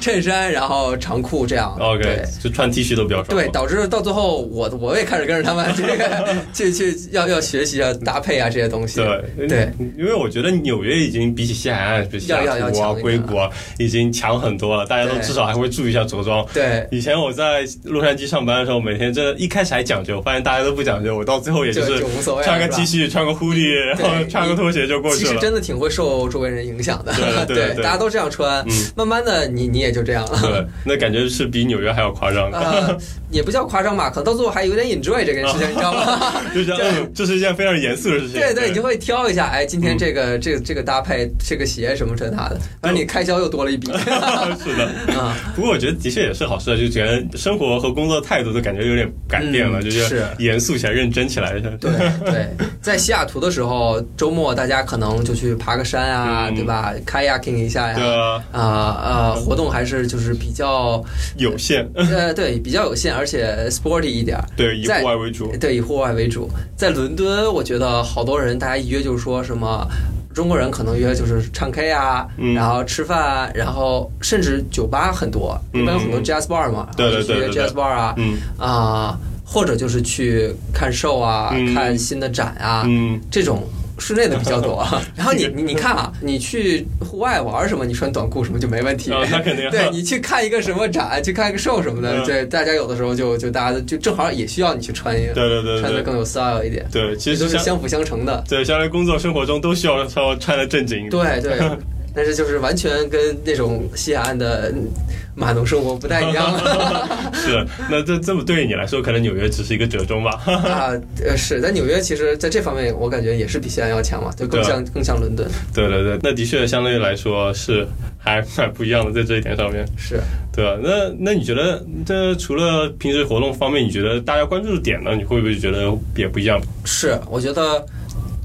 Speaker 2: 衬衫，然后长裤这样。
Speaker 1: OK，
Speaker 2: 对
Speaker 1: 就穿 T 恤都比较爽。
Speaker 2: 对，导致到最后我我也开始跟着他们 这 个去去要要学习啊搭配啊这些东西。
Speaker 1: 对嗯
Speaker 2: 对，
Speaker 1: 因为我觉得纽约已经比起西海岸，比如西雅
Speaker 2: 要要要
Speaker 1: 图啊、
Speaker 2: 强一
Speaker 1: 硅
Speaker 2: 点
Speaker 1: 谷啊，已经强很多了。大家都
Speaker 2: 对
Speaker 1: 至少还会注意一下着装。
Speaker 2: 对
Speaker 1: 以前我在洛杉矶上班的时候，每天真的一开始还讲究，发现大家都不讲究，我到最后也
Speaker 2: 就是就无所谓了
Speaker 1: 穿个
Speaker 2: 是吧
Speaker 1: T 恤、穿个 hoodie，然后
Speaker 2: 对
Speaker 1: 穿个拖鞋就过
Speaker 2: 其
Speaker 1: 去
Speaker 2: 实
Speaker 1: 了。
Speaker 2: 真的挺会受周围人影响的，
Speaker 1: 对对对嗯
Speaker 2: 大家都这样穿，慢慢的你你也就这样了。
Speaker 1: 对，那感觉是比纽约还要夸 张的。
Speaker 2: 呃，也不叫夸张吧，可能到最后还有点 enjoy 这个事情，你知道吗？
Speaker 1: 就觉得嗯，这 是一件嗯非常严肃的事情。
Speaker 2: 对对，你就会挑一下，哎，今天这个这个这个搭配，这个鞋什么这那的，反正你开销又多 了一笔。
Speaker 1: 是的。
Speaker 2: 啊，
Speaker 1: 不过我觉得的确也是好事，啊就觉得生活和工作态度都感觉有点改变了，
Speaker 2: 嗯
Speaker 1: 就是
Speaker 2: 是
Speaker 1: 严肃起来、认真起来。
Speaker 2: 对对，在西雅图的时候，周末大家可能就去爬个山啊，
Speaker 1: 嗯
Speaker 2: 对吧？kayaking 一下呀，
Speaker 1: 对啊，
Speaker 2: 啊啊、活动还是就是比较
Speaker 1: 有限，
Speaker 2: 呃对比较有限，而且 sporty 一点儿。
Speaker 1: 对，以
Speaker 2: 在
Speaker 1: 户外为主。
Speaker 2: 对，以户外为主。在伦敦，我觉得好多人大家一约就是说什么。中国人可能约就是唱 K 啊，
Speaker 1: 嗯
Speaker 2: 然后吃饭啊，然后甚至酒吧很多，
Speaker 1: 嗯
Speaker 2: 一般有很多 jazz bar 嘛，
Speaker 1: 对对对
Speaker 2: 然后就是约
Speaker 1: 对
Speaker 2: jazz bar 啊
Speaker 1: 嗯
Speaker 2: 啊，或者就是去看 show 啊，
Speaker 1: 嗯
Speaker 2: 看新的展啊，
Speaker 1: 嗯，
Speaker 2: 这种室内的比较多。 然后你你你看啊，你去户外玩什么，你穿短裤什么就没问题。
Speaker 1: 啊那肯定
Speaker 2: 对你去看一个什么展，去看一个 show 什么的，
Speaker 1: 嗯
Speaker 2: 对大家有的时候就就大家就正好也需要你去穿一个，
Speaker 1: 对对对
Speaker 2: 穿的
Speaker 1: 对
Speaker 2: 更
Speaker 1: 对
Speaker 2: 有 style 一点，
Speaker 1: 对，其
Speaker 2: 这
Speaker 1: 实
Speaker 2: 都是
Speaker 1: 像
Speaker 2: 相辅相 成的。
Speaker 1: 对，相当于工作生活中都需要稍微穿的正经一点。
Speaker 2: 对对， 但是就是完全跟那种西海岸的嗯码农生活不太一样 了
Speaker 1: 是，那这这么对于你来说，可能纽约只是一个折中吧。
Speaker 2: 啊。呃，是，但纽约其实在这方面，我感觉也是比西安要强嘛，就
Speaker 1: 对
Speaker 2: 更
Speaker 1: 啊
Speaker 2: 像更像伦敦。
Speaker 1: 对对对，那的确相对来说是还蛮不一样的，在这一点上面。
Speaker 2: 是啊
Speaker 1: 对吧？那那你觉得，这除了平时活动方面，你觉得大家关注的点呢？你会不会觉得也不一样？
Speaker 2: 是，我觉得。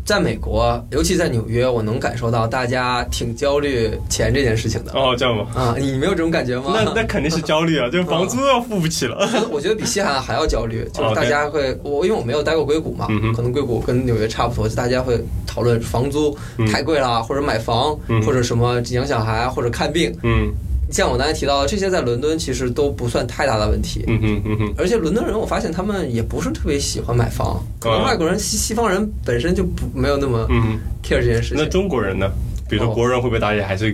Speaker 2: 在美国，尤其在纽约，我能感受到大家挺焦虑钱这件事情的
Speaker 1: 哦，这样吧，
Speaker 2: 啊！你没有这种感觉吗？
Speaker 1: 那那肯定是焦虑 啊，就是房租要付不起了。
Speaker 2: 我觉得比西海岸还要 焦虑，就是大家会，我因为我没有待过硅谷嘛
Speaker 1: 哦嗯哼，
Speaker 2: 可能硅谷跟纽约差不多，就大家会讨论房租
Speaker 1: 嗯
Speaker 2: 太贵了，或者买房
Speaker 1: 嗯，
Speaker 2: 或者什么养小孩，或者看病。
Speaker 1: 嗯
Speaker 2: 像我刚才提到的，这些在伦敦其实都不算太大的问题。
Speaker 1: 嗯哼嗯哼，
Speaker 2: 而且伦敦人，我发现他们也不是特别喜欢买房，可能
Speaker 1: 啊
Speaker 2: 外国人、西西方人本身就不没有那么
Speaker 1: 嗯哼，
Speaker 2: care 这件事
Speaker 1: 那
Speaker 2: 情。
Speaker 1: 中国人呢？比如说
Speaker 2: 哦
Speaker 1: 国人会不会大家还是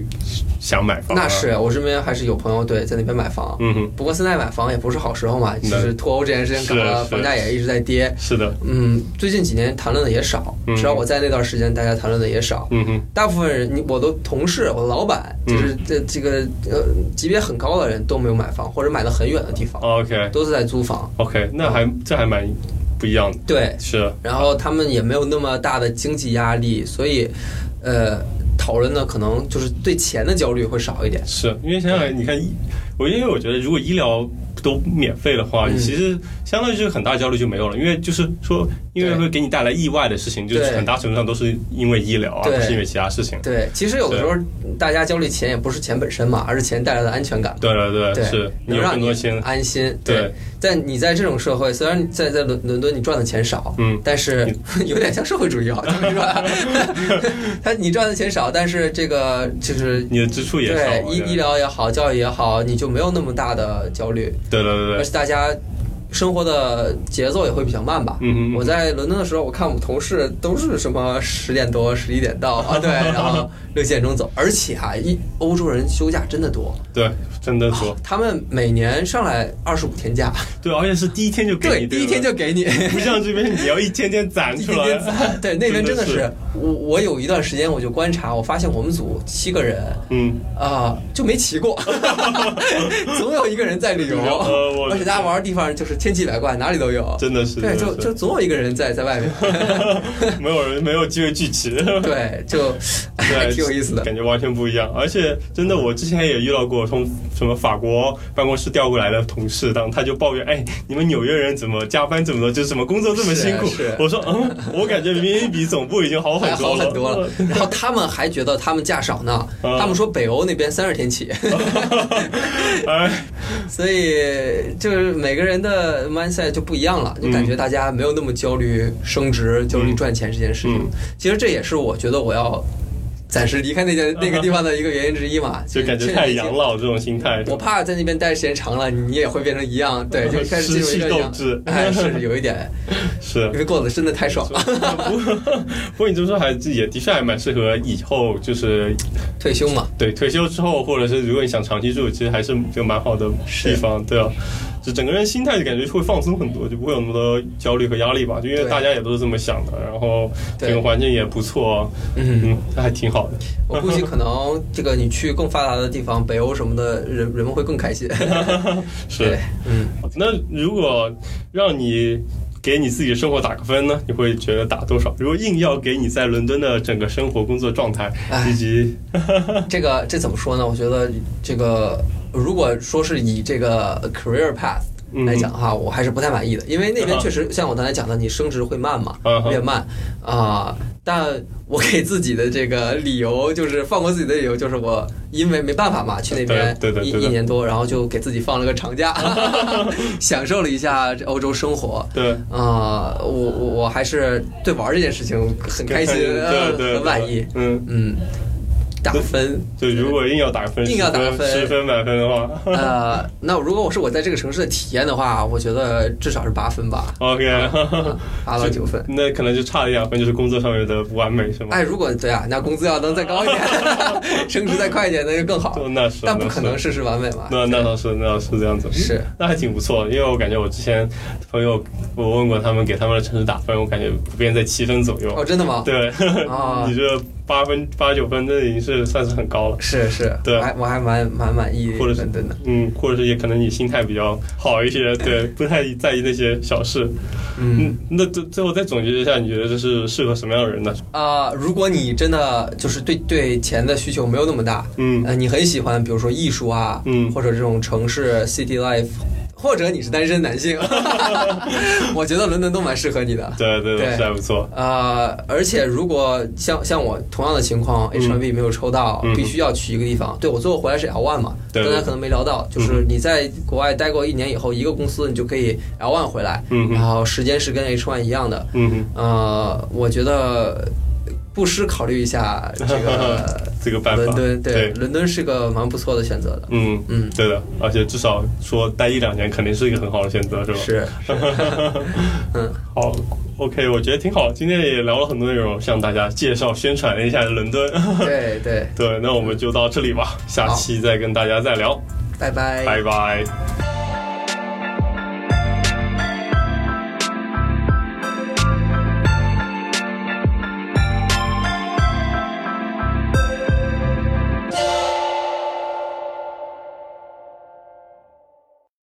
Speaker 1: 想买房、啊？
Speaker 2: 那是，我身边还是有朋友对在那边买房，
Speaker 1: 嗯哼，
Speaker 2: 不过现在买房也不是好时候嘛，就
Speaker 1: 那
Speaker 2: 是脱欧这件事情搞
Speaker 1: 是
Speaker 2: 得
Speaker 1: 是
Speaker 2: 房价也一直在跌。
Speaker 1: 是的，
Speaker 2: 嗯，最近几年谈论的也少，
Speaker 1: 嗯
Speaker 2: 至少我在那段时间，大家谈论的也少。
Speaker 1: 嗯哼，
Speaker 2: 大部分人，你我的同事、我的老板，
Speaker 1: 嗯
Speaker 2: 就是这这个呃级别很高的人都没有买房，或者买的很远的地方，
Speaker 1: OK
Speaker 2: 都是在租房。
Speaker 1: OK，那还这还蛮不一样的，
Speaker 2: 对，
Speaker 1: 是啊
Speaker 2: 然后他们也没有那么大的经济压力，所以，呃，讨论的可能就是对钱的焦虑会少一点。
Speaker 1: 是，啊因为想想你看，医，我因为我觉得如果医疗都免费的话，
Speaker 2: 嗯
Speaker 1: 你其实相当于就是很大焦虑就没有了，因为就是说，因为
Speaker 2: 对
Speaker 1: 会给你带来意外的事情，就是
Speaker 2: 对
Speaker 1: 很大程度上都是因为医疗啊，
Speaker 2: 对
Speaker 1: 不是因为其他事情。
Speaker 2: 对，其实有的时候大家焦虑钱也不是钱本身嘛，而是钱带来的安全感。
Speaker 1: 对对呃
Speaker 2: 对，
Speaker 1: 是你
Speaker 2: 能
Speaker 1: 有
Speaker 2: 让
Speaker 1: 更
Speaker 2: 你啊
Speaker 1: 多钱，
Speaker 2: 安心。
Speaker 1: 对，
Speaker 2: 但你在这种社会，虽然在在伦伦敦你赚的钱少，
Speaker 1: 嗯
Speaker 2: 但是 有点像社会主义啊，就 是说， 他你赚的钱少，但是这个就是。
Speaker 1: 你的支出也少
Speaker 2: 对
Speaker 1: 啊。
Speaker 2: 医医疗也好，教育也好，你就没有那么大的焦虑，
Speaker 1: 对对对
Speaker 2: 而
Speaker 1: 对，
Speaker 2: 且大家生活的节奏也会比较慢吧。
Speaker 1: 嗯
Speaker 2: 我
Speaker 1: 哼，
Speaker 2: 在伦敦的时候，我看我们同事都是什么十点多、 十一点 到啊，对，然后六七点钟走，而且啊，一欧洲人休假真的多，啊
Speaker 1: 对，真的说，
Speaker 2: 他们每年上来二十五天假，
Speaker 1: 对，而且是第一天就给
Speaker 2: 对，
Speaker 1: 你，
Speaker 2: 第一天
Speaker 1: 吧
Speaker 2: 就给你，
Speaker 1: 不像这边你要一天天攒
Speaker 2: 一
Speaker 1: 出
Speaker 2: 天
Speaker 1: 来。
Speaker 2: 天攒。对，那边真 的
Speaker 1: 真
Speaker 2: 是
Speaker 1: 的，
Speaker 2: 我我有一段时间我就观察，我发现我们组七个人
Speaker 1: 嗯，
Speaker 2: 啊、就没骑 过，总有一个人在旅游，
Speaker 1: 呃我
Speaker 2: 而且大家玩的地方就是千奇百怪，哪里都有。
Speaker 1: 真的是，
Speaker 2: 对，
Speaker 1: 真
Speaker 2: 就
Speaker 1: 的
Speaker 2: 就是总有一个人在在外 面，
Speaker 1: 没有人没有机会聚 齐。
Speaker 2: 对， 就哎还挺有意思的。
Speaker 1: 感觉完全不一样。而且真的，我之前也遇到过从什么法国办公室调过来的同事，当他就抱怨：“哎，你们纽约人怎么加班怎么的，就是怎么工作这么辛苦
Speaker 2: 是啊是？”
Speaker 1: 我说：“嗯，我感觉明明比总部已经好
Speaker 2: 还
Speaker 1: 很
Speaker 2: 好
Speaker 1: 多了，
Speaker 2: 很多了，然后他们还觉得他们假少呢，
Speaker 1: 嗯
Speaker 2: 他们说北欧那边三十 天起，
Speaker 1: 哎，
Speaker 2: 所以就是每个人的 mindset 就不一样了，就感觉
Speaker 1: 嗯
Speaker 2: 大家没有那么焦虑升职、焦虑赚钱这件事情。
Speaker 1: 嗯
Speaker 2: 其实这也是我觉得我要暂时离开那件那个地方的一个原因之一嘛，
Speaker 1: 就感觉太养。老这种心态。
Speaker 2: 我怕在那边待时间长了，你也会变成一 样，对，就开始进入一
Speaker 1: 失去
Speaker 2: 个
Speaker 1: 斗
Speaker 2: 一样
Speaker 1: 志
Speaker 2: 哎，是有一点，
Speaker 1: 是
Speaker 2: 因。为过得真的太爽了，
Speaker 1: 不过，不过你这么说还也的确还蛮适合以后，就是
Speaker 2: 退休嘛，
Speaker 1: 对，退休之后，或者是如果你想长期住，其实还是就蛮好的地方，对啊，就整个人心态就感觉会放松很多，就不会有那么多焦虑和压力吧，就因为
Speaker 2: 对
Speaker 1: 大家也都是这么想的，然后
Speaker 2: 对
Speaker 1: 整个环境也不错，
Speaker 2: 嗯。
Speaker 1: 嗯，那还挺好的。
Speaker 2: 我估计可能这个你去更发达的地方，北欧什么的，人人们会更开心。
Speaker 1: 是
Speaker 2: 对，， 嗯，
Speaker 1: 那如果让你给你自己的生活打个分呢，你会觉得打多少？如果硬要给你在伦敦的整个生活、工作状态
Speaker 2: 哎
Speaker 1: 以及
Speaker 2: 这个这怎么说呢？我觉得这个如果说是以这个 career path
Speaker 1: 嗯
Speaker 2: 来讲哈，我还是不太满意的，因为那边
Speaker 1: 啊 嗯
Speaker 2: 确实像我刚才讲的，你升职会慢嘛
Speaker 1: 啊哈，
Speaker 2: 越慢啊、但我给自己的这个理由就是放过自己的理由，就是我因为没办法嘛，去那边
Speaker 1: 对对
Speaker 2: 一
Speaker 1: 对的
Speaker 2: 一年多，然后就给自己放了个长 假， 享受了一下这欧洲生活。
Speaker 1: 对，
Speaker 2: 啊、我我我还是对玩这件事情很开心，呃
Speaker 1: 对对，对
Speaker 2: 很满意。。
Speaker 1: 嗯，
Speaker 2: 嗯，打分，
Speaker 1: 就如果硬要打分，
Speaker 2: 硬要打分
Speaker 1: 十分满分的话
Speaker 2: 呃，那如果我是我在这个城市的体验的话，我觉得至少是八分吧，
Speaker 1: ，OK，
Speaker 2: 八到九分。
Speaker 1: 那可能就差了一两分，就是工作上面的不完美，是吗？
Speaker 2: 哎，如果对啊，那工资要能再高 一点，升职再快一点，那就更好。
Speaker 1: 就那是，
Speaker 2: 但不
Speaker 1: 那是
Speaker 2: 可能事事完美嘛。
Speaker 1: 那那倒是，那倒是这样子，
Speaker 2: 是，
Speaker 1: 那还挺不错的，因为我感觉我之前朋友，我问过他们给他们的城市打分，我感觉普遍在七分左右。
Speaker 2: 哦，真的吗？
Speaker 1: 对，
Speaker 2: 啊
Speaker 1: 你这八分八九分，这已经是算是很高了。
Speaker 2: 是是，
Speaker 1: 对啊
Speaker 2: 我还我还蛮蛮满意
Speaker 1: 或者是
Speaker 2: 伦哎敦的。哎
Speaker 1: 嗯，或者是也可能你心态比较好一些，对，不太在意那些小事。
Speaker 2: 嗯
Speaker 1: 嗯，那最最后再总结一下，你觉得这是适合什么样的人呢？
Speaker 2: 啊、如果你真的就是对对钱的需求没有那么大，
Speaker 1: 嗯
Speaker 2: 呃，你很喜欢比如说艺术啊，
Speaker 1: 嗯
Speaker 2: 或者这种城市 city life，或者你是单身 男性，我觉得伦敦都蛮适合你的。
Speaker 1: 对对
Speaker 2: 对
Speaker 1: 是还不错。
Speaker 2: 呃，而且如果像像我同样的情况
Speaker 1: 嗯
Speaker 2: ，H1B 没有抽到，
Speaker 1: 嗯
Speaker 2: 必须要去一个地方。对我最后回来是 L1 嘛，
Speaker 1: 对嗯
Speaker 2: 刚
Speaker 1: 对
Speaker 2: 才可能没聊到，就是你在国外待过一年以后，一个公司你就可以 L1 回来，
Speaker 1: 嗯嗯
Speaker 2: 然后时间是跟 H1 一样的。
Speaker 1: 嗯哼，
Speaker 2: 呃，我觉得不失考虑一下这个
Speaker 1: 这个办法
Speaker 2: 伦敦对，
Speaker 1: 对
Speaker 2: 伦敦是个蛮不错的选择 的。
Speaker 1: 嗯
Speaker 2: 嗯
Speaker 1: 对的，而且至少说待一两年肯定是一个很好的选择，是吧？
Speaker 2: 是， 是嗯，
Speaker 1: 好，OK，我觉得挺好。今天也聊了很多内容，向大家介绍、宣传了一下伦敦。
Speaker 2: 对对，
Speaker 1: 对，那我们就到这里吧，下期再跟大家再聊，
Speaker 2: 拜拜，
Speaker 1: 拜拜。